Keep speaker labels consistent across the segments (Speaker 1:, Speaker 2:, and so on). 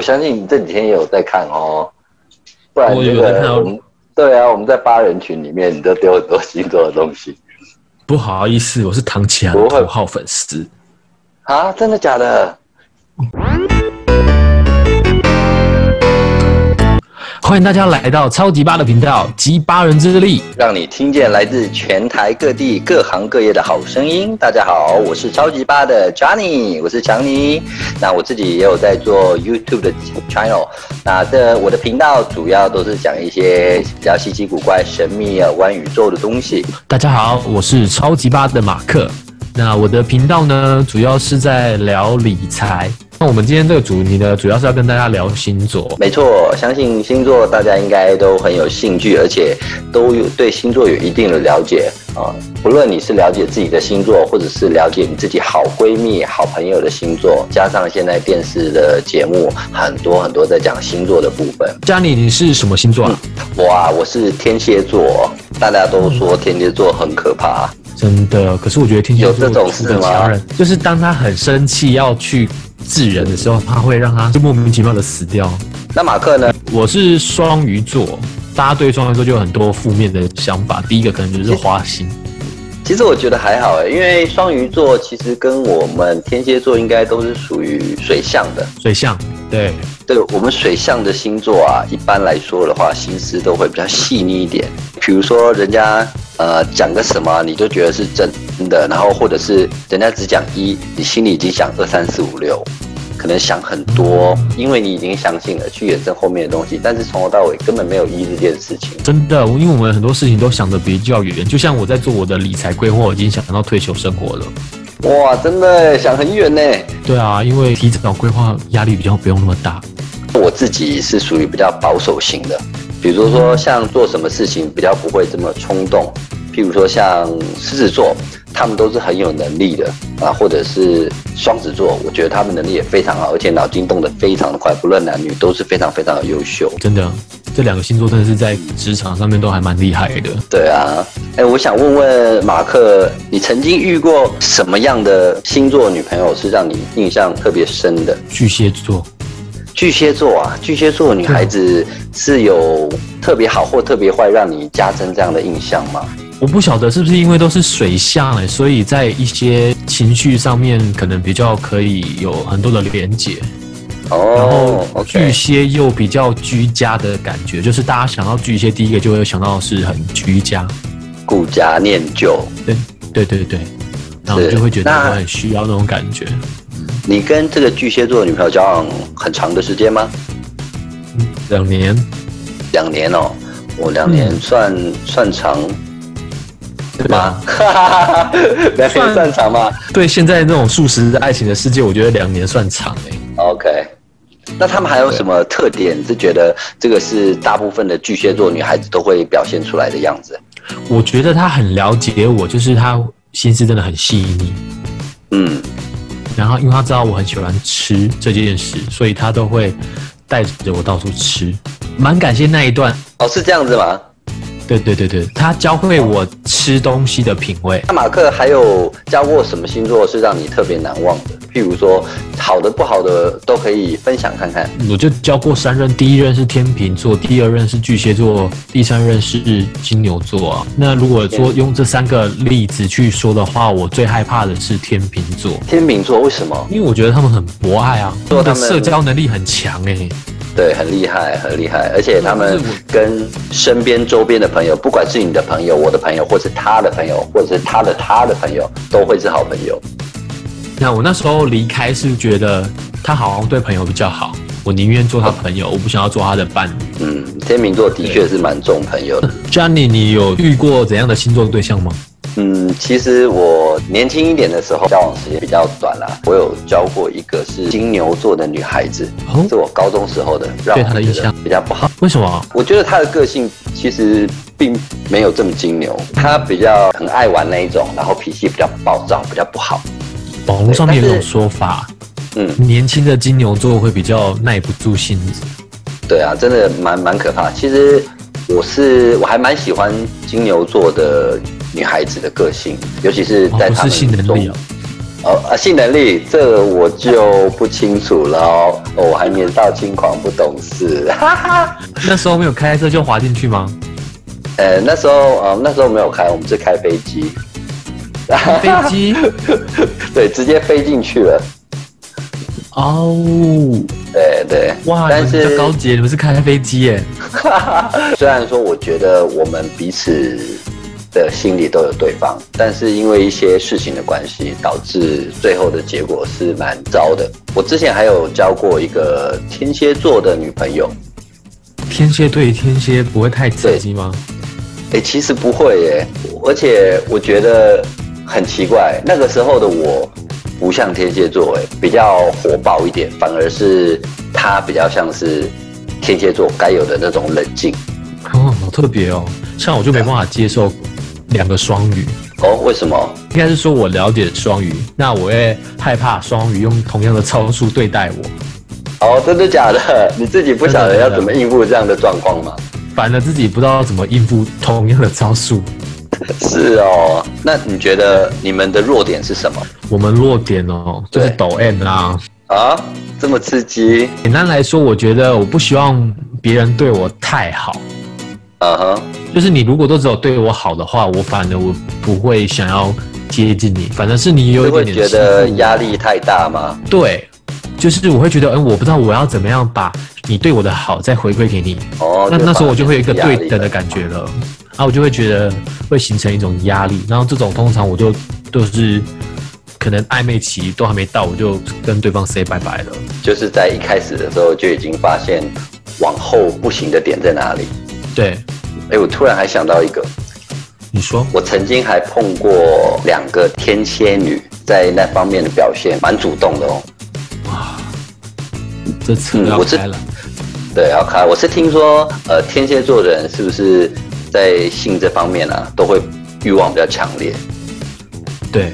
Speaker 1: 我相信你这几天也有在看哦，不然
Speaker 2: 我
Speaker 1: 这
Speaker 2: 有在看
Speaker 1: 个
Speaker 2: 哦
Speaker 1: 我们对啊，我们在八人群里面你就丢很多星座的东西
Speaker 2: 不好意思，我是唐奇阳的头号粉丝。
Speaker 1: 啊，真的假的？
Speaker 2: 欢迎大家来到超级八的频道，集八人之力。
Speaker 1: 让你听见来自全台各地各行各业的好声音。大家好，我是超级八的 Johnny，我是强尼。那我自己也有在做 YouTube 的 channel，那这我的频道主要都是讲一些比较稀奇古怪、神秘啊、关宇宙的东西。
Speaker 2: 大家好，我是超级八的马克。那我的频道呢，主要是在聊理财。那我们今天这个主题呢，主要是要跟大家聊星座。
Speaker 1: 没错，相信星座大家应该都很有兴趣，而且都有对星座有一定的了解啊、不论你是了解自己的星座，或者是了解你自己好闺蜜、好朋友的星座，加上现在电视的节目很多很多在讲星座的部分。
Speaker 2: 佳妮，你是什么星座啊？
Speaker 1: 嗯哇，我是天蝎座，大家都说天蝎座很可怕。
Speaker 2: 真的，可是我觉得天蝎
Speaker 1: 有
Speaker 2: 座
Speaker 1: 这种
Speaker 2: 出
Speaker 1: 事
Speaker 2: 的
Speaker 1: 吗
Speaker 2: 强人，就是当他很生气要去治人的时候，他会让他就莫名其妙的死掉。
Speaker 1: 那马克呢？
Speaker 2: 我是双鱼座，大家对双鱼座就有很多负面的想法。第一个可能就是花心，
Speaker 1: 其实我觉得还好诶，因为双鱼座其实跟我们天蝎座应该都是属于水象的。
Speaker 2: 水象，对，
Speaker 1: 对我们水象的星座啊，一般来说的话，心思都会比较细腻一点。比如说，人家呃讲个什么，你就觉得是真的，然后或者是人家只讲一，你心里已经想二三四五六，可能想很多，因为你已经相信了，去验证后面的东西，但是从头到尾根本没有一这件事情。
Speaker 2: 真的，因为我们很多事情都想得比较远。就像我在做我的理财规划，我已经想到退休生活了。
Speaker 1: 哇，真的想很远呢。
Speaker 2: 对啊，因为提早规划压力比较不用那么大。
Speaker 1: 我自己是属于比较保守型的，比如说像做什么事情比较不会这么冲动，譬如说像狮子座，他们都是很有能力的啊，或者是双子座，我觉得他们能力也非常好，而且脑筋动得非常的快，不论男女都是非常非常的优秀。
Speaker 2: 真的，这两个星座真的是在职场上面都还蛮厉害的。
Speaker 1: 对啊，哎，我想问问马克，你曾经遇过什么样的星座女朋友是让你印象特别深的？
Speaker 2: 巨蟹座，
Speaker 1: 巨蟹座啊，巨蟹座女孩子是有特别好或特别坏，让你加深这样的印象吗？
Speaker 2: 我不晓得是不是因为都是水象、欸，所以在一些情绪上面可能比较可以有很多的连结。然
Speaker 1: 哦
Speaker 2: 后巨
Speaker 1: ，OK，
Speaker 2: 蟹又比较居家的感觉，就是大家想到巨蟹，第一个就会想到是很居家，
Speaker 1: 顾家念旧，
Speaker 2: 对对对对，然后
Speaker 1: 是
Speaker 2: 就会觉得
Speaker 1: 那
Speaker 2: 我很需要那种感觉。
Speaker 1: 你跟这个巨蟹座女朋友交往很长的时间吗？
Speaker 2: 两年，
Speaker 1: 两年哦，我两年
Speaker 2: 嗯
Speaker 1: 算、算长
Speaker 2: 对啊
Speaker 1: 吗
Speaker 2: 吧？？
Speaker 1: 两年算长吗
Speaker 2: 对现在那种素食爱情的世界，我觉得两年算长哎、
Speaker 1: ？OK，那他们还有什么特点是觉得这个是大部分的巨蟹座女孩子都会表现出来的样子？
Speaker 2: 我觉得他很了解我，就是他心思真的很细腻。
Speaker 1: 嗯，
Speaker 2: 然后因为他知道我很喜欢吃这件事，所以他都会带着我到处吃，蛮感谢那一段。
Speaker 1: 哦，是这样子吗？
Speaker 2: 对对对对，他教会我吃东西的品味。
Speaker 1: 那马克还有教过什么星座是让你特别难忘的？譬如说，好的不好的都可以分享看看。
Speaker 2: 我就教过三任，第一任是天秤座，第二任是巨蟹座，第三任是金牛座啊。那如果说用这三个例子去说的话，我最害怕的是天秤座，
Speaker 1: 天秤座为什么？
Speaker 2: 因为我觉得他们很博爱啊，他
Speaker 1: 说
Speaker 2: 们
Speaker 1: 他
Speaker 2: 的
Speaker 1: 们
Speaker 2: 社交能力很强欸诶、
Speaker 1: 对，很厉害，很厉害，而且他们
Speaker 2: 就是
Speaker 1: 跟身边周边的朋友，不管是你的朋友、我的朋友，或是他的朋友，或者是他的他的朋友，都会是好朋友。
Speaker 2: 那我那时候离开是觉得他好像对朋友比较好，我宁愿做他朋友，我不想要做他的伴侣。
Speaker 1: 嗯，天秤座的确是蛮重朋友的。
Speaker 2: Johnny，你有遇过怎样的星座对象吗？
Speaker 1: 嗯，其实我年轻一点的时候交往时间比较短啦，我有交过一个是金牛座的女孩子，
Speaker 2: 哦
Speaker 1: 是我高中时候的，让
Speaker 2: 对
Speaker 1: 我
Speaker 2: 她的
Speaker 1: 觉
Speaker 2: 印
Speaker 1: 得
Speaker 2: 象
Speaker 1: 比较不好。
Speaker 2: 为什么？
Speaker 1: 我觉得他的个性其实并没有这么金牛，他比较很爱玩那一种，然后脾气比较暴躁，比较不好。
Speaker 2: 网络上面有一
Speaker 1: 但
Speaker 2: 种
Speaker 1: 是
Speaker 2: 说法，
Speaker 1: 嗯，
Speaker 2: 年轻的金牛座会比较耐不住性子。
Speaker 1: 对啊，真的蛮蛮可怕。其实我是我还蛮喜欢金牛座的女孩子的个性，尤其是
Speaker 2: 哦
Speaker 1: 在
Speaker 2: 不
Speaker 1: 她
Speaker 2: 是
Speaker 1: 们
Speaker 2: 性能
Speaker 1: 中
Speaker 2: 力哦
Speaker 1: 哦啊，性能力这个我就不清楚了哦，哦我还年少轻狂不懂事， 哈哈。
Speaker 2: 那时候没有开车就滑进去吗？
Speaker 1: 呃，那时候啊、呃那时候没有开，我们是开飞机，
Speaker 2: 飞机
Speaker 1: 对，直接飞进去了，
Speaker 2: 哦，
Speaker 1: 对对。
Speaker 2: 哇，你
Speaker 1: 但
Speaker 2: 们比较
Speaker 1: 是
Speaker 2: 高级，你们是开飞机耶。
Speaker 1: 虽然说我觉得我们彼此的心里都有对方，但是因为一些事情的关系，导致最后的结果是蛮糟的。我之前还有交过一个天蝎座的女朋友，
Speaker 2: 天蝎对天蝎不会太刺激吗？
Speaker 1: 诶，其实不会耶，而且我觉得很奇怪，那个时候的我不像天蝎座，诶，比较火爆一点，反而是她比较像是天蝎座该有的那种冷静。
Speaker 2: 哦，好特别哦，像我就没办法接受两个双鱼。
Speaker 1: 哦，为什么？
Speaker 2: 应该是说我了解双鱼，那我会害怕双鱼用同样的招数对待我，
Speaker 1: 哦，真的假 的？你自己不晓得
Speaker 2: 真的真
Speaker 1: 要
Speaker 2: 的
Speaker 1: 怎么应付这样的状况吗？
Speaker 2: 反而自己不知道怎么应付同样的招数。
Speaker 1: 是哦，那你觉得你们的弱点是什么
Speaker 2: 我们弱点哦，就是抖 M 啊。
Speaker 1: 啊？这么刺激？
Speaker 2: 简单来说，我觉得我不希望别人对我太好，
Speaker 1: 嗯哼，
Speaker 2: 就是你如果都只有对我好的话，我反而我不会想要接近你，反而是你有
Speaker 1: 你
Speaker 2: 一
Speaker 1: 会
Speaker 2: 点
Speaker 1: 觉
Speaker 2: 点欺
Speaker 1: 得
Speaker 2: 负我
Speaker 1: 压力太大吗？
Speaker 2: 对，就是我会觉得，嗯，我不知道我要怎么样把你对我的好再回馈给你。
Speaker 1: 哦，
Speaker 2: 那
Speaker 1: 就
Speaker 2: 那时候我就会有一个
Speaker 1: 反而
Speaker 2: 对
Speaker 1: 是压力
Speaker 2: 等的感觉了，啊，我就会觉得会形成一种压力，然后这种通常我就就是可能暧昧期都还没到，我就跟对方 say 拜拜了。
Speaker 1: 就是在一开始的时候就已经发现往后不行的点在哪里。
Speaker 2: 对，
Speaker 1: 哎、我突然还想到一个，
Speaker 2: 你说
Speaker 1: 我曾经还碰过两个天蝎女，在那方面的表现蛮主动的哦。
Speaker 2: 这车
Speaker 1: 嗯
Speaker 2: 要
Speaker 1: 我是
Speaker 2: 开了，
Speaker 1: 对，要开。我是听说，呃，天蝎座的人是不是在性这方面啊，都会欲望比较强烈？
Speaker 2: 对，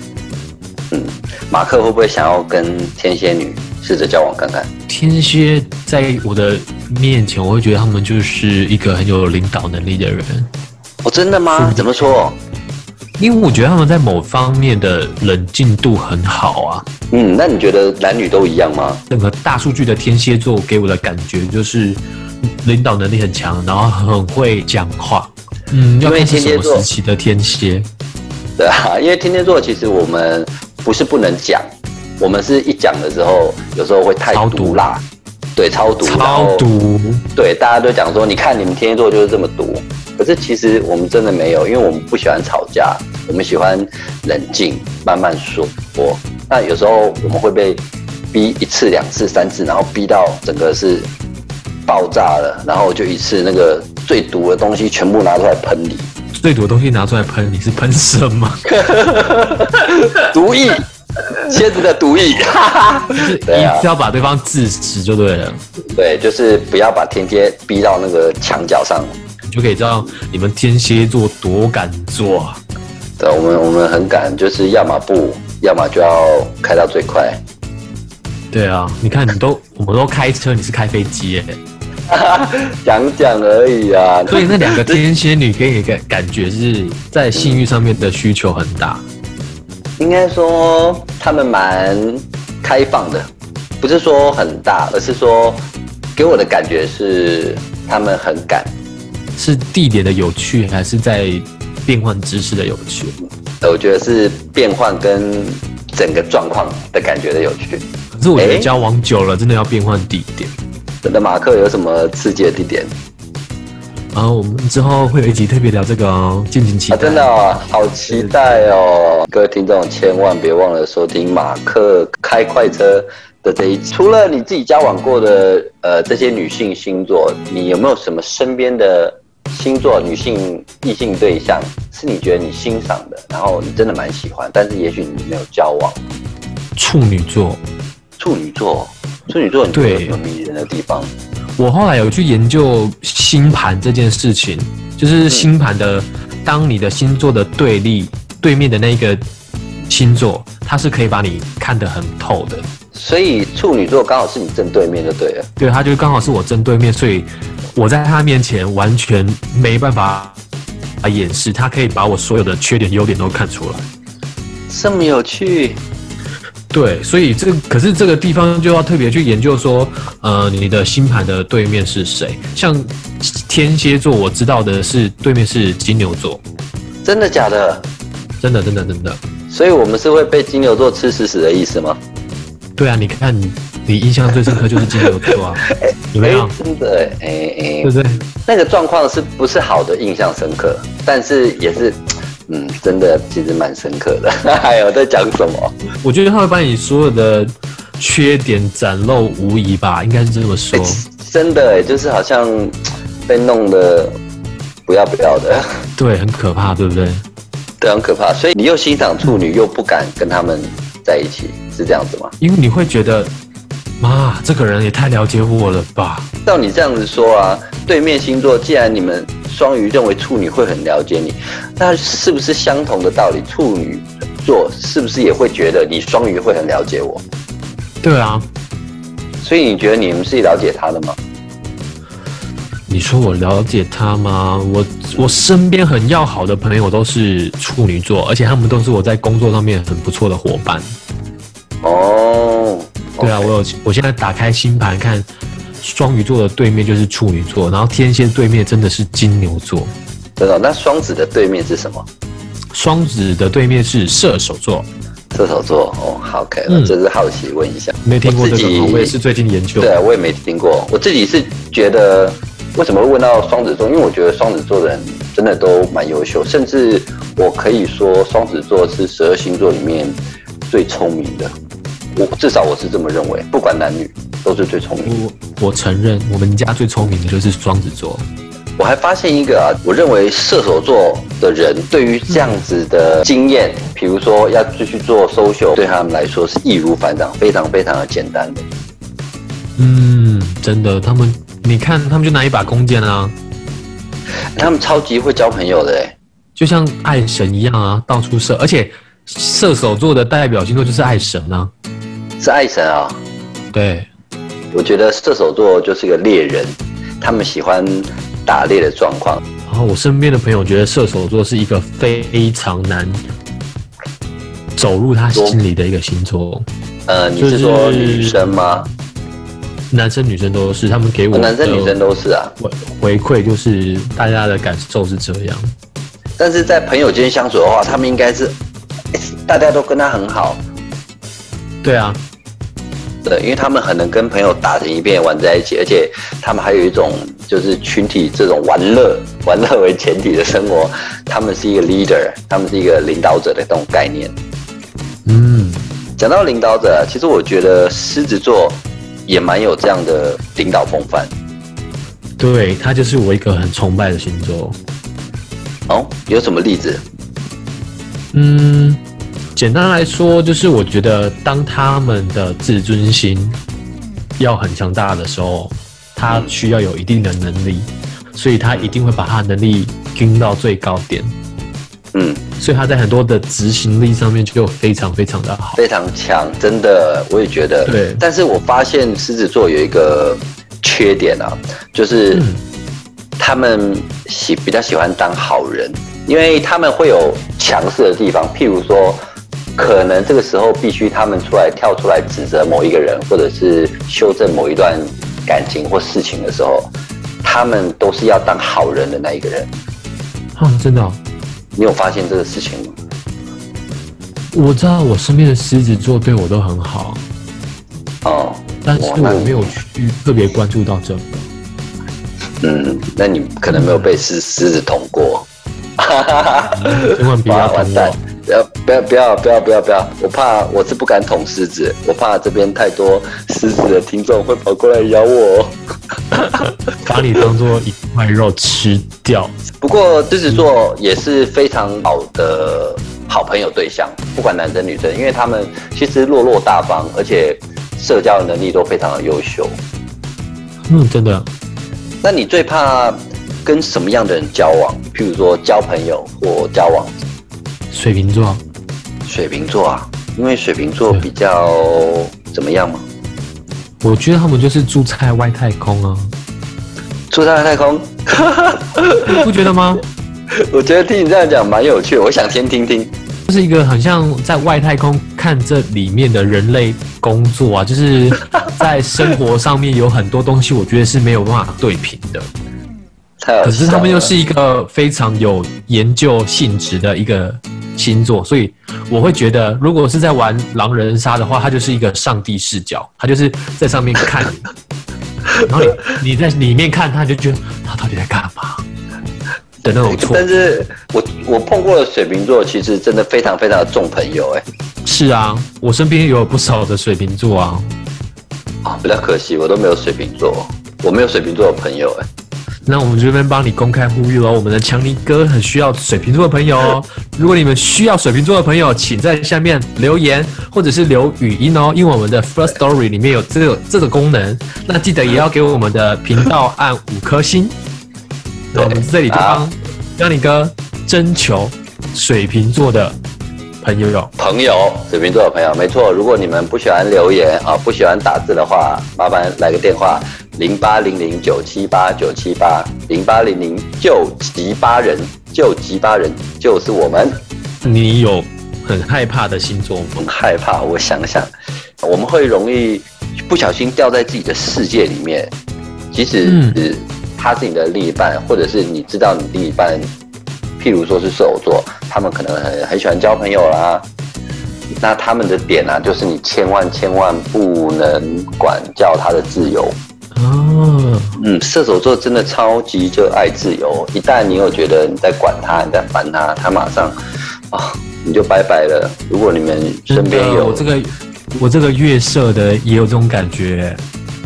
Speaker 1: 马克会不会想要跟天蝎女试着交往看看？
Speaker 2: 天蝎在我的面前，我会觉得他们就是一个很有领导能力的人，
Speaker 1: 哦，真的吗？怎么说？
Speaker 2: 因为我觉得他们在某方面的冷静度很好啊。
Speaker 1: 嗯，那你觉得男女都一样吗？
Speaker 2: 整个大数据的天蝎座给我的感觉就是领导能力很强，然后很会讲话。嗯，要看是什么时期的天蝎。
Speaker 1: 对啊，因为天蝎座其实我们不是不能讲，我们是一讲的时候，有时候会太
Speaker 2: 超毒
Speaker 1: 毒辣，对，超毒，然后
Speaker 2: 超毒，
Speaker 1: 对，大家都讲说，你看你们天蝎座就是这么毒，可是其实我们真的没有，因为我们不喜欢吵架，我们喜欢冷静，慢慢说。哦那有时候我们会被逼一次、两次、三次，然后逼到整个是爆炸了，然后就一次那个最毒的东西全部拿出来喷你，
Speaker 2: 最毒的东西拿出来喷，你是喷什么？
Speaker 1: 毒液，蝎子的毒液，哈哈，
Speaker 2: 就是
Speaker 1: 对啊
Speaker 2: 一直要把对方致死就对了，
Speaker 1: 对，就是不要把天蝎逼到那个墙角上。
Speaker 2: 你就可以知道你们天蝎座多敢做啊。
Speaker 1: 对，我们我们很赶，就是要么不，要么就要开到最快。
Speaker 2: 对啊，你看你都我们都开车，你是开飞机耶、
Speaker 1: 讲讲而已啊。
Speaker 2: 所以那两个天蝎女给你的感觉是在性欲上面的需求很大。
Speaker 1: 应该说他们蛮开放的，不是说很大，而是说给我的感觉是他们很敢。
Speaker 2: 是地点的有趣，还是在变换知识的有趣？
Speaker 1: 呃我觉得是变换跟整个状况的感觉的有趣。
Speaker 2: 可是我觉得
Speaker 1: 诶
Speaker 2: 交往久了，真的要变换地点。
Speaker 1: 真的，马克有什么刺激的地点
Speaker 2: 然后我们之后会有一集特别聊这个哦，敬请期
Speaker 1: 啊？
Speaker 2: 待。
Speaker 1: 真的、哦，好期待哦！各位听众千万别忘了收听马克开快车的这一集。除了你自己交往过的呃这些女性星座，你有没有什么身边的星座女性异性对象是你觉得你欣赏的，然后你真的蛮喜欢，但是也许你没有交往？
Speaker 2: 处女座，
Speaker 1: 处女座，处女座你觉得有
Speaker 2: 对
Speaker 1: 什么迷人的地方？
Speaker 2: 我后来有去研究星盘这件事情，就是星盘的，当你的星座的对立对面的那个星座，它是可以把你看得很透的。
Speaker 1: 所以处女座刚好是你正对面就对了。
Speaker 2: 对，他就刚好是我正对面，所以我在他面前完全没办法啊掩饰，他可以把我所有的缺点、优点都看出来。
Speaker 1: 这么有趣，
Speaker 2: 对，所以这个可是这个地方就要特别去研究说，呃，你的星盘的对面是谁？像天蝎座，我知道的是对面是金牛座，
Speaker 1: 真的假的？
Speaker 2: 真的，真的，真的。
Speaker 1: 所以我们是会被金牛座吃死死的意思吗？
Speaker 2: 对啊，你看你你印象最深刻就是金牛 座啊，怎么样？
Speaker 1: 哎真的哎哎
Speaker 2: 对不
Speaker 1: 哎，
Speaker 2: 对？
Speaker 1: 那个状况是不是好的印象深刻？但是也是，嗯，真的其实蛮深刻的。 哎呦，在讲什么？
Speaker 2: 我觉得他会把你所有的缺点展露无遗吧，应该是这么说。
Speaker 1: 哎真的哎，就是好像被弄得不要不要的，
Speaker 2: 对，很可怕，对不对？
Speaker 1: 对，很可怕。所以你又欣赏处女，又不敢跟他们在一起，是这样子吗？
Speaker 2: 因为你会觉得，妈，这个人也太了解我了吧？
Speaker 1: 照你这样子说啊，对面星座既然你们双鱼认为处女会很了解你，那是不是相同的道理？处女座是不是也会觉得你双鱼会很了解我？
Speaker 2: 对啊，
Speaker 1: 所以你觉得你们是了解他的吗？
Speaker 2: 你说我了解他吗？我我身边很要好的朋友都是处女座，而且他们都是我在工作上面很不错的伙伴。
Speaker 1: 哦，
Speaker 2: 对啊，我有我现在打开星盘看，双鱼座的对面就是处女座，然后天蝎对面真的是金牛座，
Speaker 1: 真的。那双子的对面是什么？
Speaker 2: 双子的对面是射手座。
Speaker 1: 射手座哦，好，OK，
Speaker 2: 嗯
Speaker 1: 这是好奇问一下，
Speaker 2: 没听过这个吗？我
Speaker 1: 我
Speaker 2: 也
Speaker 1: 自己
Speaker 2: 是最近研究。
Speaker 1: 对啊，我也没听过。我自己是觉得，为什么会问到双子座？因为我觉得双子座的人真的都蛮优秀，甚至我可以说双子座是十二星座里面最聪明的。我至少我是这么认为，不管男女都是最聪明的。
Speaker 2: 我我承认，我们家最聪明的就是双子座。
Speaker 1: 我还发现一个啊，我认为射手座的人对于这样子的经验，比如说要继续做 social，对他们来说是易如反掌，非常非常的简单的。
Speaker 2: 嗯，真的，他们你看，他们就拿一把弓箭啊，
Speaker 1: 他们超级会交朋友的、欸，
Speaker 2: 就像爱神一样啊，到处射。而且射手座的代表星座就是爱神啊。
Speaker 1: 是爱神啊！
Speaker 2: 对，
Speaker 1: 我觉得射手座就是个猎人，他们喜欢打猎的状况。
Speaker 2: 然后我身边的朋友觉得射手座是一个非常难走入他心里的一个星座，
Speaker 1: 呃，你
Speaker 2: 就是是
Speaker 1: 说女生吗？哦
Speaker 2: 男生女生都是，他们给我
Speaker 1: 男生女生
Speaker 2: 的
Speaker 1: 都是啊，
Speaker 2: 回回馈就是大家的感受是这样。
Speaker 1: 但是在朋友间相处的话，他们应该是、哎大家都跟他很好，
Speaker 2: 对啊，
Speaker 1: 对，因为他们很能跟朋友打成一片玩在一起，而且他们还有一种就是群体这种玩乐、 玩乐为前提的生活，他们是一个 leader，他们是一个领导者的这种概念。
Speaker 2: 嗯。
Speaker 1: 讲到领导者，啊其实我觉得狮子座也蛮有这样的领导风范
Speaker 2: 对，他就是我一个很崇拜的星座。
Speaker 1: 哦。有什么例子？
Speaker 2: 嗯，简单来说，就是我觉得当他们的自尊心要很强大的时候，他需要有一定的能力，所以他一定会把他的能力盯到最高点，
Speaker 1: 嗯，
Speaker 2: 所以他在很多的执行力上面就非常非常的好。
Speaker 1: 非常强，真的，我也觉得。
Speaker 2: 对
Speaker 1: 但是我发现狮子座有一个缺点啊，就是
Speaker 2: 嗯
Speaker 1: 他们喜比较喜欢当好人，因为他们会有强势的地方，譬如说，可能这个时候必须他们出来跳出来指责某一个人，或者是修正某一段感情或事情的时候，他们都是要当好人的那一个人。
Speaker 2: 啊，真的哦、
Speaker 1: 你有发现这个事情吗？
Speaker 2: 我知道我身边的狮子座对我都很好，
Speaker 1: 哦，
Speaker 2: 但是
Speaker 1: 哇那
Speaker 2: 我没有去特别关注到 这个。
Speaker 1: 嗯，那你可能没有被狮狮子捅过。
Speaker 2: 千万不要
Speaker 1: 哇，
Speaker 2: 捅
Speaker 1: 完蛋
Speaker 2: 我！！
Speaker 1: 不要不要不要不要不要不要！我怕我是不敢捅狮子，我怕这边太多狮子的听众会跑过来咬我。
Speaker 2: 把你当做一块肉吃掉。
Speaker 1: 不过狮子座也是非常好的好朋友对象，不管男生女生，因为他们其实落落大方，而且社交能力都非常的优秀。
Speaker 2: 嗯，真的，
Speaker 1: 那你最怕跟什么样的人交往？譬如说交朋友或交往
Speaker 2: 水瓶座啊
Speaker 1: 水瓶座啊，因为水瓶座
Speaker 2: 对
Speaker 1: 比较怎么样嘛？
Speaker 2: 我觉得他们就是住在外太空啊，
Speaker 1: 出差太空，
Speaker 2: 你不觉得吗？
Speaker 1: 我觉得听你这样讲蛮有趣，我想先听听。
Speaker 2: 就是一个很像在外太空看这里面的人类工作啊，就是在生活上面有很多东西，我觉得是没有办法对平的。
Speaker 1: 太好
Speaker 2: 可是
Speaker 1: 笑
Speaker 2: 他们又
Speaker 1: 了
Speaker 2: 是一个非常有研究性质的一个星座，所以我会觉得，如果是在玩狼人杀的话，它就是一个上帝视角，它就是在上面看你，然后你你在里面看，他就觉得他到底在干嘛的那种错
Speaker 1: 但是我我碰过的水瓶座，其实真的非常非常的重朋友哎、
Speaker 2: 是啊，我身边也有不少的水瓶座啊，
Speaker 1: 啊，比较可惜我都没有水瓶座，我没有水瓶座的朋友哎、
Speaker 2: 那我们这边帮你公开呼吁哦喽，我们的强尼哥很需要水瓶座的朋友哦。如果你们需要水瓶座的朋友，请在下面留言或者是留语音哦，因为我们的 First Story 里面有这个这个功能。那记得也要给我们的频道按五颗星。那我们这里就帮
Speaker 1: 好
Speaker 2: 强尼哥征求水瓶座的朋友哟。
Speaker 1: 朋友，水瓶座的朋友，没错。如果你们不喜欢留言啊，不喜欢打字的话，麻烦来个电话零八零零九七八九七八零八零零救急八人，救急八人就是我们。
Speaker 2: 你有很害怕的星座吗？
Speaker 1: 很害怕，我想想，我们会容易不小心掉在自己的世界里面，即使
Speaker 2: 嗯
Speaker 1: 是他是你的另一半，或者是你知道你另一半，譬如说是射手座，他们可能很很喜欢交朋友啦。那他们的点啊，就是你千万千万不能管教他的自由。
Speaker 2: 哦，
Speaker 1: 嗯，射手座真的超级热爱自由，一旦你有觉得你在管他，你在烦他，他马上啊、你就拜拜了。如果你们身边
Speaker 2: 真的
Speaker 1: 有
Speaker 2: 我这个我这个月射的也有这种感觉耶。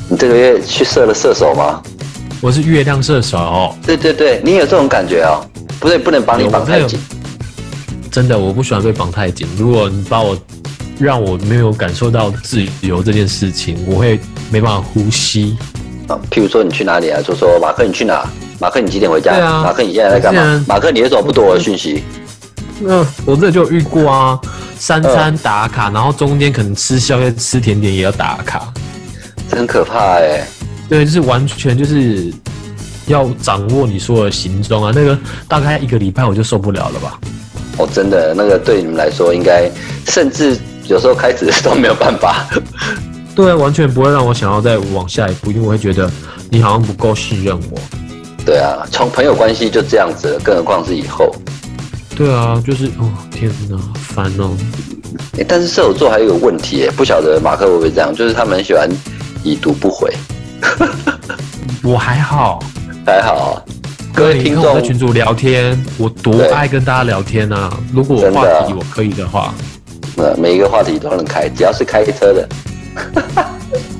Speaker 1: 你这个月去射了射手吗？
Speaker 2: 我是月亮射手，
Speaker 1: 对对对，你有这种感觉哦。不对，不能帮你绑太紧。
Speaker 2: 真的我不喜欢被绑太紧。如果你把我让我没有感受到自由这件事情，我会没办法呼吸。
Speaker 1: 啊，譬如说你去哪里啊？就说马克你去哪？马克你几点回家？
Speaker 2: 对啊
Speaker 1: 马克你现在在干
Speaker 2: 我之
Speaker 1: 嘛
Speaker 2: 前？
Speaker 1: 马克你为什么不躲我的讯息？
Speaker 2: 那、
Speaker 1: 嗯
Speaker 2: 我这就有遇过啊，三餐打卡，然后中间可能吃宵夜、吃甜点也要打卡。
Speaker 1: 这很可怕哎、
Speaker 2: 对，就是完全就是要掌握你所有的行踪啊。那个大概一个礼拜我就受不了了吧。
Speaker 1: 哦，真的，那个对你们来说应该，甚至有时候开始都没有办法。
Speaker 2: 对，啊完全不会让我想要再往下一步，因为我会觉得你好像不够信任我。
Speaker 1: 对啊，从朋友关系就这样子了，更何况是以后。
Speaker 2: 对啊，就是哦，天哪，烦哦。
Speaker 1: 诶但是射手座还有一个问题、欸，不晓得马克会不会这样，就是他们很喜欢已读不回。
Speaker 2: 我还好，
Speaker 1: 还好啊，各
Speaker 2: 哥，
Speaker 1: 位
Speaker 2: 你
Speaker 1: 听
Speaker 2: 跟我在
Speaker 1: 众，
Speaker 2: 群主聊天，我多
Speaker 1: 对
Speaker 2: 爱跟大家聊天啊！如果我
Speaker 1: 真的
Speaker 2: 话题我可以的话，
Speaker 1: 呃，每一个话题都能开，只要是开车的，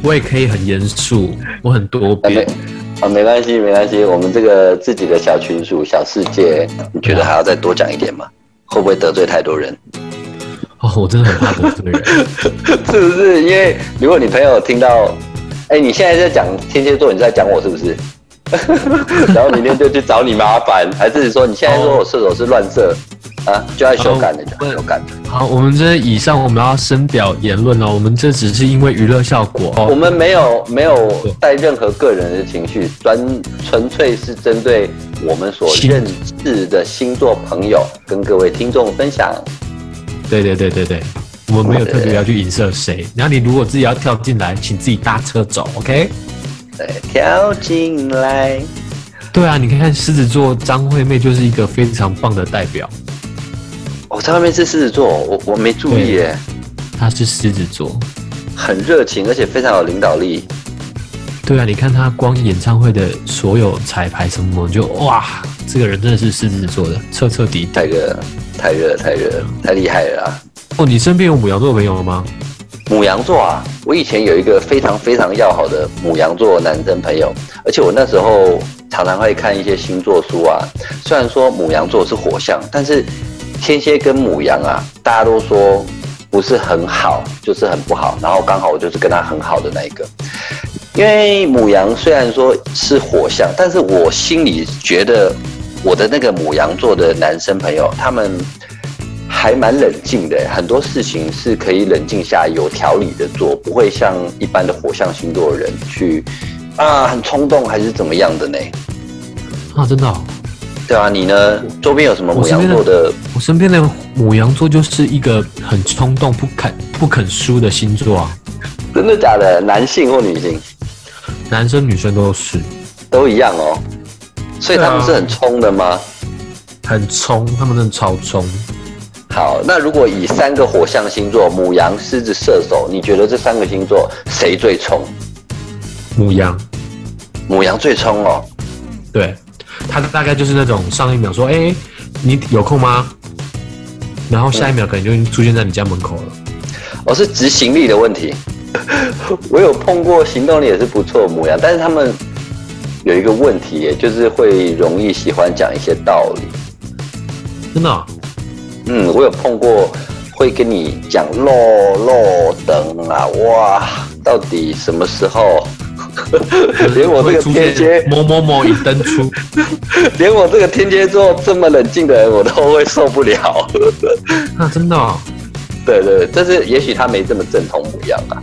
Speaker 2: 我也可以很严肃，我很多
Speaker 1: 啊没
Speaker 2: 变。
Speaker 1: 啊没关系没关系，我们这个自己的小群组小世界，你觉得还要再多讲一点吗？会不会得罪太多人？
Speaker 2: 哦，我真的很怕得罪人。
Speaker 1: 是不是？因为如果你朋友听到，哎、你现在在讲天蝎座，你在讲我是不是？ 然后明天就去找你麻烦，还是说你现在说我射手是乱射啊，就要修改了，就要修改。
Speaker 2: 好，我们这以上我们要深表言论哦了，我们这只是因为娱乐效果。
Speaker 1: 我
Speaker 2: 哦、
Speaker 1: 们没有没有带任何个人的情绪，专纯粹是针对我们所
Speaker 2: 星
Speaker 1: 认识的星座朋友跟各位听众分享。
Speaker 2: 对对对对对，我们没有特别要去影射谁。然后你如果自己要跳进来，请自己搭车走，OK？
Speaker 1: 对，跳进来，
Speaker 2: 对啊，你看看狮子座张惠妹就是一个非常棒的代表，
Speaker 1: 我哦在外面是狮子座，我我没注意
Speaker 2: 对
Speaker 1: 耶，
Speaker 2: 她是狮子座。
Speaker 1: 很热情，而且非常有领导力。
Speaker 2: 对啊，你看他光演唱会的所有彩排什么，你就哇，这个人真的是狮子座的，彻彻底底。
Speaker 1: 太热了，太热了，太热了，太厉害了啊！
Speaker 2: 哦，你身边有母羊座朋友吗？
Speaker 1: 母羊座啊，我以前有一个非常非常要好的母羊座男生朋友，而且我那时候常常会看一些星座书啊。虽然说母羊座是火象，但是天蝎跟母羊啊，大家都说不是很好，就是很不好。然后刚好我就是跟他很好的那一个，因为母羊虽然说是火象，但是我心里觉得我的那个母羊座的男生朋友，他们还蛮冷静的，很多事情是可以冷静下来、有条理的做，不会像一般的火象星座的人去啊很冲动还是怎么样的呢？
Speaker 2: 啊，真的、哦，
Speaker 1: 对啊，你呢？周边有什么母羊座的？
Speaker 2: 我身边的母羊座就是一个很冲动、不肯不肯输的星座啊，
Speaker 1: 真的假的？男性或女性
Speaker 2: 男生女生都是
Speaker 1: 都一样哦。所以他们
Speaker 2: 对啊
Speaker 1: 是很冲的吗？
Speaker 2: 很冲，他们真的超冲。
Speaker 1: 好，那如果以三个火象星座——母羊、狮子、射手，你觉得这三个星座谁最冲？
Speaker 2: 母羊，
Speaker 1: 母羊最冲哦。
Speaker 2: 对，他大概就是那种上一秒说：“哎、你有空吗？”然后下一秒可能就已经出现在你家门口了。
Speaker 1: 哦，是执行力的问题。 我有碰过行动力也是不错的母羊，但是他们有一个问题耶，就是会容易喜欢讲一些道理。
Speaker 2: 真的哦、
Speaker 1: 嗯，我有碰过会跟你讲漏漏等啊，哇，到底什么时候？ 连我这个
Speaker 2: 会出
Speaker 1: 天蝎
Speaker 2: 现，某某某已登出，
Speaker 1: 连我这个天蝎座这么冷静的人，我都会受不了。
Speaker 2: 那、真的、哦，
Speaker 1: 对对，对但是也许他没这么正统模样啊。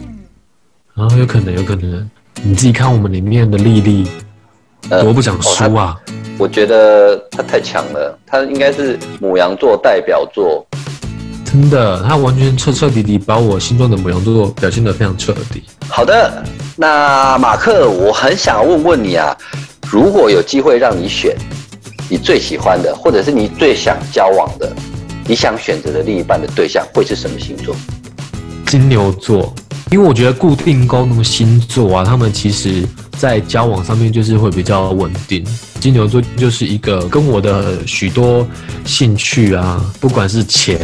Speaker 2: 然啊后有可能，有可能你自己看我们里面的丽丽
Speaker 1: 呃
Speaker 2: 多不想输
Speaker 1: 哦
Speaker 2: 啊，
Speaker 1: 他我觉得他太强了，他应该是母羊座代表作。
Speaker 2: 真的，她完全彻彻底底把我心中的母羊座表现得非常彻底。
Speaker 1: 好的，那马克，我很想问问你啊，如果有机会让你选，你最喜欢的，或者是你最想交往的，你想选择的另一半的对象会是什么星座？
Speaker 2: 金牛座，因为我觉得固定沟通星座啊，他们其实在交往上面就是会比较稳定。金牛座就是一个跟我的许多兴趣啊，不管是钱、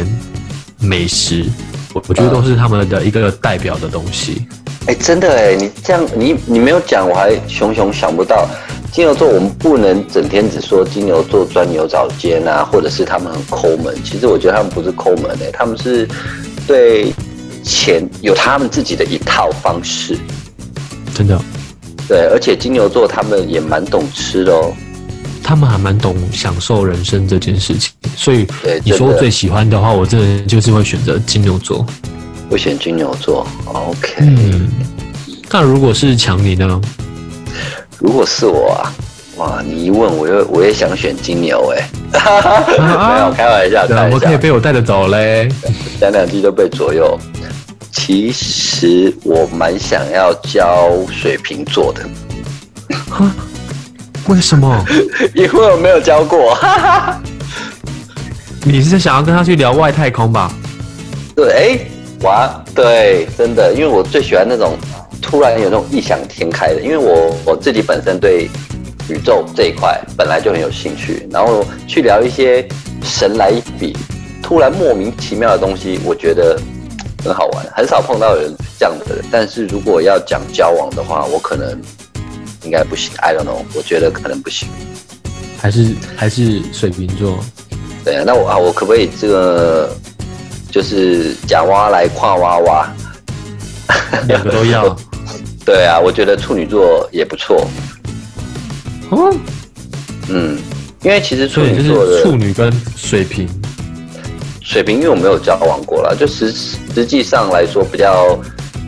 Speaker 2: 美食，我我觉得都是他们的一个代表的东西。
Speaker 1: 哎，真的哎，你这样你你没有讲，我还熊熊想不到。金牛座，我们不能整天只说金牛座钻牛角尖啊，或者是他们很抠门。其实我觉得他们不是抠门哎，他们是对钱有他们自己的一套方式。
Speaker 2: 真的，
Speaker 1: 对，而且金牛座他们也蛮懂吃的哦。
Speaker 2: 他们还蛮懂享受人生这件事情，所以
Speaker 1: 对
Speaker 2: 你说
Speaker 1: 真
Speaker 2: 我
Speaker 1: 的
Speaker 2: 最喜欢的话，我真的就是会选择金牛座。
Speaker 1: 我选金牛座，OK。
Speaker 2: 嗯，那如果是强尼呢？
Speaker 1: 如果是我啊，哇，你一问我又我也想选金牛哎、 没有开玩笑，
Speaker 2: 对
Speaker 1: 开
Speaker 2: 啊，
Speaker 1: 玩
Speaker 2: 我可以
Speaker 1: 笑，
Speaker 2: 被我带着走嘞。
Speaker 1: 讲两句就被左右。其实我蛮想要交水瓶座的，
Speaker 2: 啊？为什么？
Speaker 1: 因为我没有交过。
Speaker 2: 你是想要跟他去聊外太空吧？
Speaker 1: 对，哎、哇，对，真的，因为我最喜欢那种突然有那种异想天开的，因为我我自己本身对宇宙这一块本来就很有兴趣，然后去聊一些神来一笔、突然莫名其妙的东西，我觉得很好玩，很少碰到有人这样的人。但是如果要讲交往的话，我可能应该不行，I don't know，我觉得可能不行。
Speaker 2: 还是还是水瓶座？
Speaker 1: 对，那我啊，我可不可以这个就是假蛙来跨蛙蛙？
Speaker 2: 两个都要？
Speaker 1: 对啊，我觉得处女座也不错，
Speaker 2: 哦，
Speaker 1: 嗯，因为其实处
Speaker 2: 所以
Speaker 1: 女
Speaker 2: 就
Speaker 1: 座
Speaker 2: 是处
Speaker 1: 的
Speaker 2: 女跟水瓶。
Speaker 1: 水平，因为我没有交往过啦，就实实际上来说比较，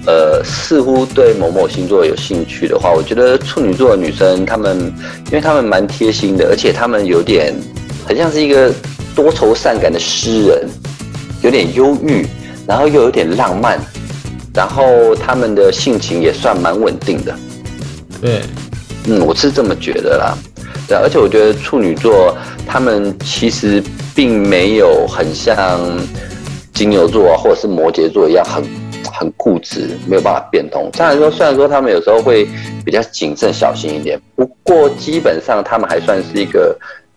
Speaker 1: 呃，似乎对某某星座有兴趣的话，我觉得处女座的女生她们，因为她们蛮贴心的，而且她们有点很像是一个多愁善感的诗人，有点忧郁，然后又有点浪漫，然后她们的性情也算蛮稳定的。
Speaker 2: 对，
Speaker 1: 嗯，我是这么觉得啦。对啊，而且我觉得处女座他们其实并没有很像金牛座啊，或者是摩羯座一样很很固执，没有办法变通。当然说，虽然说他们有时候会比较谨慎小心一点，不过基本上他们还算是一个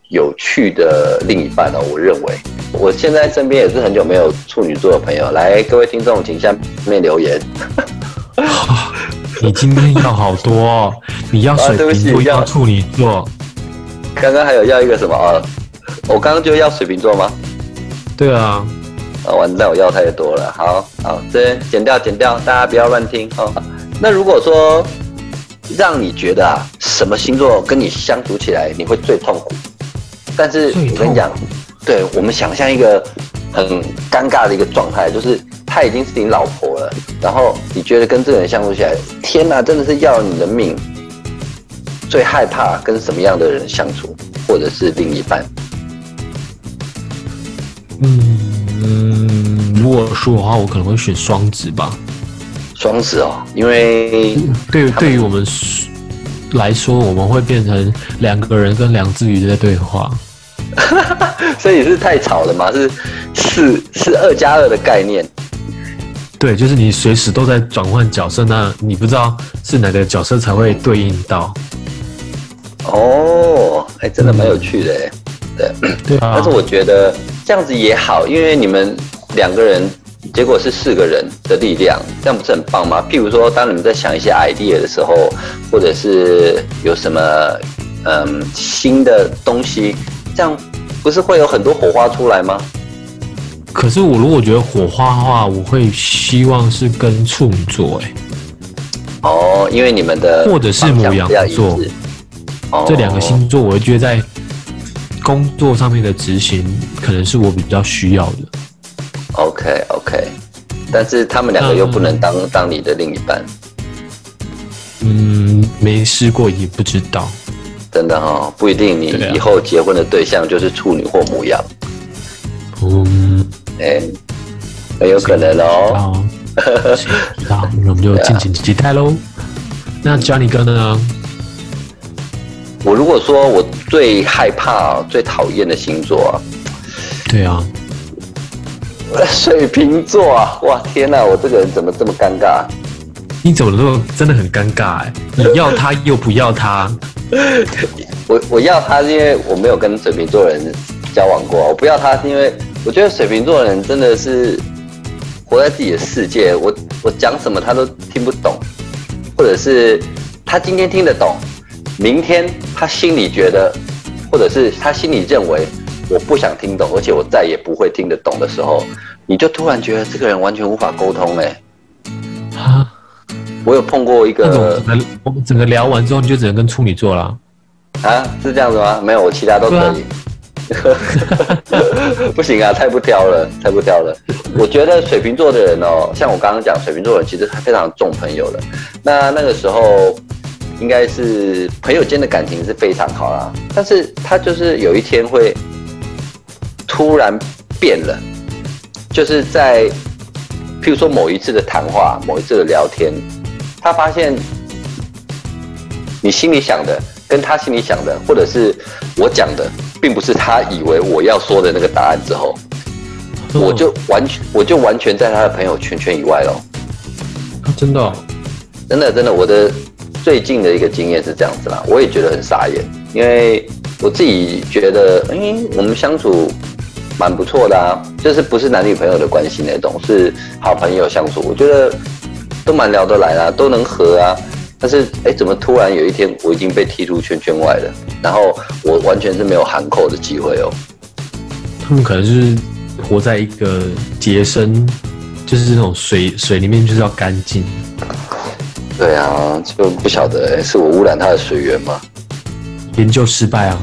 Speaker 1: 有趣的另一半哦。我认为，我现在身边也是很久没有处女座的朋友。来，各位听众，请下面留言。
Speaker 2: 你今天要好多、 哦，你要水
Speaker 1: 啊
Speaker 2: 瓶
Speaker 1: 对不
Speaker 2: 座，
Speaker 1: 起要
Speaker 2: 要处女座。
Speaker 1: 刚刚还有要一个什么啊？我刚刚就要水瓶座吗？
Speaker 2: 对啊，
Speaker 1: 啊，完蛋，我要太多了。好好，这边剪掉剪掉，大家不要乱听哦。那如果说让你觉得啊，什么星座跟你相处起来你会最痛苦？但是
Speaker 2: 最痛苦
Speaker 1: 我跟你讲，对我们想象一个很尴尬的一个状态，就是她已经是你老婆了，然后你觉得跟这个人相处起来，天哪、真的是要了你的命。最害怕跟什么样的人相处？或者是另一半？
Speaker 2: 嗯，如果说的话，我可能会选双子吧。
Speaker 1: 双子哦，因为
Speaker 2: 对，对于我们 s- 来说，我们会变成两个人跟两只鱼在对话。
Speaker 1: 所以是太吵了嘛，是是是二加二的概念。
Speaker 2: 对，就是你随时都在转换角色，那你不知道是哪个角色才会对应到。
Speaker 1: 哦，哎、真的蛮有趣的哎。对，
Speaker 2: 对啊，
Speaker 1: 但是我觉得这样子也好，因为你们两个人结果是四个人的力量，这样不是很棒吗？譬如说，当你们在想一些 idea 的时候，或者是有什么嗯新的东西，这样不是会有很多火花出来吗？
Speaker 2: 可是我如果觉得火花的话，我会希望是跟处女座、欸，
Speaker 1: 哦，因为你们的
Speaker 2: 或者是母
Speaker 1: 方向
Speaker 2: 羊座
Speaker 1: 比较一致，哦
Speaker 2: 这两个星座，我会觉得在工作上面的执行，可能是我比较需要的。
Speaker 1: OK OK，但是他们两个又不能当、当你的另一半，
Speaker 2: 嗯，没试过也不知道。
Speaker 1: 真的哈、哦，不一定你
Speaker 2: 对啊
Speaker 1: 以后结婚的对象就是处女或母羊，
Speaker 2: 嗯，
Speaker 1: 哎、很有可能哦。
Speaker 2: 好，谁知道？那我们就敬请期 待喽。那 Johnny 哥呢？
Speaker 1: 我如果说我最害怕、最讨厌的星座啊，
Speaker 2: 对啊，
Speaker 1: 水瓶座啊，哇天哪、我这个人怎么这么尴尬？啊
Speaker 2: 你怎么都真的很尴尬哎、你要他又不要他，
Speaker 1: 我我要他是因为我没有跟水瓶座的人交往过，我不要他是因为我觉得水瓶座的人真的是活在自己的世界，我我讲什么他都听不懂，或者是他今天听得懂，明天他心里觉得，或者是他心里认为我不想听懂，而且我再也不会听得懂的时候，你就突然觉得这个人完全无法沟通哎、
Speaker 2: 啊，
Speaker 1: 我有碰过一
Speaker 2: 那种
Speaker 1: 个
Speaker 2: 整个我们整个聊完之后，你就只能跟处女座啦。
Speaker 1: 啊，是这样子吗？没有，我其他都可以。 不行啊，太不挑了，太不挑了。我觉得水瓶座的人哦，像我刚刚讲，水瓶座的人其实非常重朋友的。那那个时候，应该是朋友间的感情是非常好啦。但是他就是有一天会突然变了，就是在譬如说某一次的谈话、某一次的聊天，他发现你心里想的跟他心里想的，或者是我讲的，并不是他以为我要说的那个答案之后，
Speaker 2: 嗯
Speaker 1: 我就完全我就完全在他的朋友圈圈以外喽。
Speaker 2: 啊真的哦、
Speaker 1: 真的真的，我的最近的一个经验是这样子啦，我也觉得很傻眼，因为我自己觉得，嗯，我们相处蛮不错的啊，就是不是男女朋友的关系那种，是好朋友相处，我觉得都蛮聊得来啦、都能合啊。但是，哎，怎么突然有一天我已经被踢出圈圈外了？然后我完全是没有喊扣的机会哦。
Speaker 2: 他们可能就是活在一个洁身，就是那种水水里面就是要干净。
Speaker 1: 对啊，就不晓得诶是我污染他的水源吗？
Speaker 2: 研究失败啊，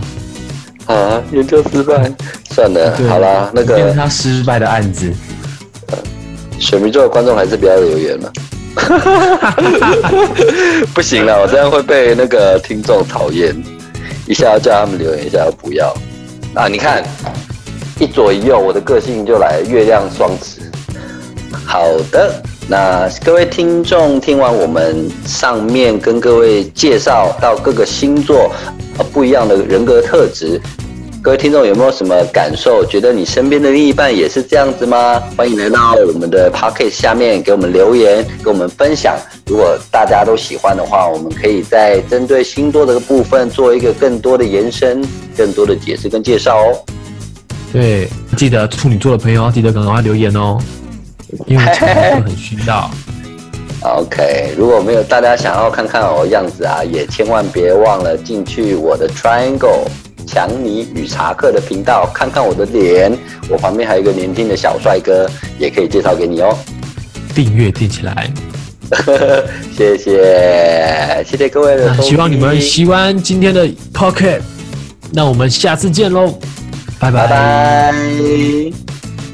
Speaker 1: 啊，研究失败，算了，
Speaker 2: 对
Speaker 1: 呃好啦，那
Speaker 2: 变
Speaker 1: 个
Speaker 2: 成他失败的案子。
Speaker 1: 水瓶座的观众还是不要留言了。不行了，我这样会被那个听众讨厌。一下要叫他们留言，一下要不要啊？你看，一左一右，我的个性就来月亮双子。好的，那各位听众听完我们上面跟各位介绍到各个星座呃不一样的人格特质，各位听众有没有什么感受？觉得你身边的另一半也是这样子吗？欢迎来到我们的 p o c k e t 下面给我们留言，给我们分享。如果大家都喜欢的话，我们可以在针对星座这个部分做一个更多的延伸、更多的解释跟介绍哦。
Speaker 2: 对，记得处女座的朋友要记得赶快留言哦，因为处女座很需要。
Speaker 1: OK，如果没有大家想要看看我的样子啊，也千万别忘了进去我的 Triangle 强尼与查克的频道看看我的脸，我旁边还有一个年轻的小帅哥，也可以介绍给你哦。
Speaker 2: 订阅订起来，
Speaker 1: 谢谢，谢谢各位的
Speaker 2: 那
Speaker 1: 收听，
Speaker 2: 希望你们喜欢今天的 Pocket，那我们下次见喽，拜
Speaker 1: 拜
Speaker 2: 拜
Speaker 1: 拜。